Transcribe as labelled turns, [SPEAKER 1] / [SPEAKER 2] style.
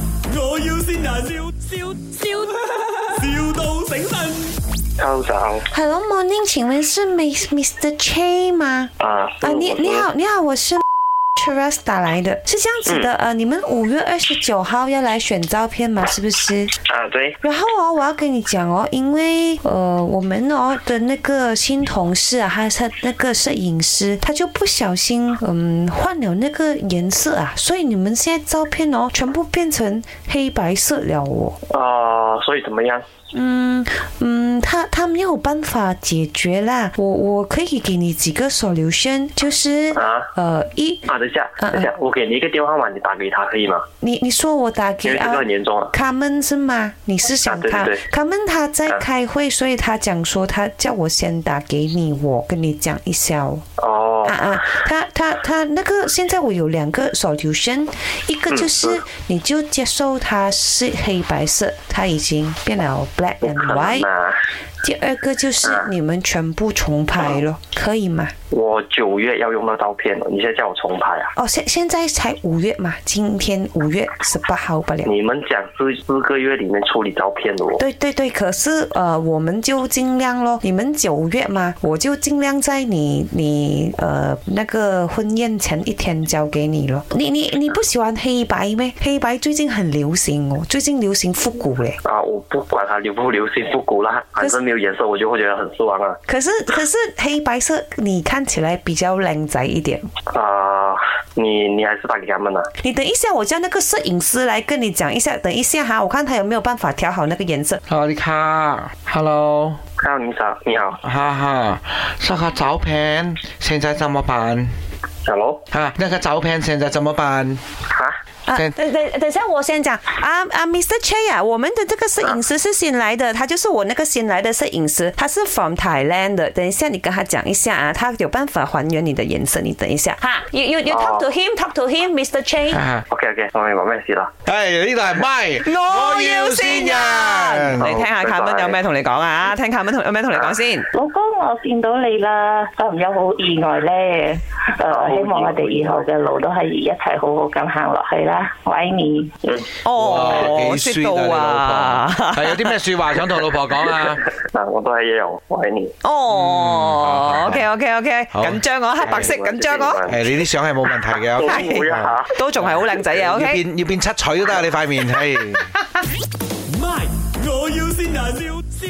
[SPEAKER 1] 要先人，笑笑笑，,笑到醒神。
[SPEAKER 2] 康长
[SPEAKER 3] Hello morning，请问是 Miss Mr. Che 吗？
[SPEAKER 2] 啊，
[SPEAKER 3] 啊，你
[SPEAKER 2] 我是
[SPEAKER 3] 你好，你好，我是 t r e s 打来的，是这样子的，呃，你们五月二十九号要来选照片嘛，是不是？
[SPEAKER 2] 啊，对，
[SPEAKER 3] 然后哦，我要跟你讲哦，因为呃，我们哦的那个新同事啊，他他那个摄影师，他就不小心嗯换了那个颜色啊，所以你们现在照片哦全部变成黑白色了哦。
[SPEAKER 2] 啊，所以怎么样？
[SPEAKER 3] 嗯嗯，他他没有办法解决啦。我我可以给你几个 solution，就是
[SPEAKER 2] 啊
[SPEAKER 3] 呃一，
[SPEAKER 2] 啊，等一下，
[SPEAKER 3] 嗯嗯
[SPEAKER 2] 等一下，我给你一个电话号码，你打给他可以吗？
[SPEAKER 3] 你你说我打
[SPEAKER 2] 因
[SPEAKER 3] 给
[SPEAKER 2] 为这
[SPEAKER 3] 啊
[SPEAKER 2] 个很严重啊。
[SPEAKER 3] 卡门是吗？你是想
[SPEAKER 2] 啊对
[SPEAKER 3] 他
[SPEAKER 2] 对对？
[SPEAKER 3] 卡门他在
[SPEAKER 2] 啊
[SPEAKER 3] 开会，所以他讲说他叫我先打给你，我跟你讲一下哦。
[SPEAKER 2] 哦
[SPEAKER 3] 啊，啊，他他他那个现在我有两个 solution，一个就是
[SPEAKER 2] 嗯
[SPEAKER 3] 你就接受它是黑白色，它已经变了 black
[SPEAKER 2] 不
[SPEAKER 3] and
[SPEAKER 2] 可
[SPEAKER 3] white
[SPEAKER 2] 能。啊！
[SPEAKER 3] 第二个就是
[SPEAKER 2] 啊
[SPEAKER 3] 你们全部重拍了，可以吗？
[SPEAKER 2] 我九月要用到照片了，你现在叫我重拍啊？
[SPEAKER 3] 哦，现现在才五月嘛，今天五月十八号不了。
[SPEAKER 2] 你们讲是四个月里面处理照片的哦。
[SPEAKER 3] 对对对，可是呃，我们就尽量咯。你们九月嘛，我就尽量在你你呃那个婚宴前一天交给你咯。你你你不喜欢黑白咩？黑白最近很流行哦，最近流行复古嘞。
[SPEAKER 2] 啊，我不管它流不流行复古啦，
[SPEAKER 3] 可
[SPEAKER 2] 反
[SPEAKER 3] 是
[SPEAKER 2] 正没有颜色我就会觉得很失望啊。
[SPEAKER 3] 可是可是黑白色你看起来比较靓仔一点。
[SPEAKER 2] 啊，你你还是打给他们啊。
[SPEAKER 3] 你等一下，我叫那个摄影师来跟你讲一下。等一下哈，我看他有没有办法调好那个颜色。
[SPEAKER 4] 好，你卡，Hello，
[SPEAKER 2] 看啊到你好，你好
[SPEAKER 4] 哈哈，那个照片现在怎么办？
[SPEAKER 2] ，Hello，
[SPEAKER 4] 啊，那个照片现在怎么办？
[SPEAKER 2] 哈，
[SPEAKER 3] 啊，
[SPEAKER 4] 对
[SPEAKER 3] 等等等一下，我先讲啊啊，Mr. Che 啊，我们的这个摄影师是新来的，他就是我那个新来的摄影师，他是 from Thailand 的。等一下，你跟他讲一下啊，他有办法还原你的颜色。你等一下哈，you you you talk to him, talk to him, Mr. Che。
[SPEAKER 4] 啊，
[SPEAKER 2] OK OK，我明白咩事啦。
[SPEAKER 4] 诶，哎呢度係咪？
[SPEAKER 3] 我要先人，
[SPEAKER 2] 好
[SPEAKER 3] 你聽
[SPEAKER 2] 拜
[SPEAKER 3] 下
[SPEAKER 2] 拜
[SPEAKER 3] 卡文有咩同你講啊？聽卡文同有咩同你講先。
[SPEAKER 5] 老公，我見到你啦，有唔有好意外咧？ 誒、
[SPEAKER 2] 哦好
[SPEAKER 5] 希望我哋
[SPEAKER 2] 意
[SPEAKER 5] 以
[SPEAKER 2] 外
[SPEAKER 5] 後嘅路都係一齊好好咁行落去啦。我愛你，
[SPEAKER 3] 哦，
[SPEAKER 4] 哇幾
[SPEAKER 3] 識
[SPEAKER 4] sweet
[SPEAKER 3] 到
[SPEAKER 4] 啊
[SPEAKER 3] 啊！
[SPEAKER 4] 係有啲咩说話想同老婆講 啊？
[SPEAKER 2] 啊，我都係一樣，我喺你。
[SPEAKER 3] 哦
[SPEAKER 4] 嗯
[SPEAKER 3] ，OK OK OK，
[SPEAKER 4] 好
[SPEAKER 3] 緊張我黑白色緊張我。
[SPEAKER 4] 诶，你啲相 係冇問題嘅，OK，
[SPEAKER 2] 我估一啊下。
[SPEAKER 3] 都仲係好靚仔嘅
[SPEAKER 4] 要
[SPEAKER 3] OK。
[SPEAKER 4] 變要變七彩都得啊！你塊面，嘿。
[SPEAKER 1] 咪，我要先人，笑笑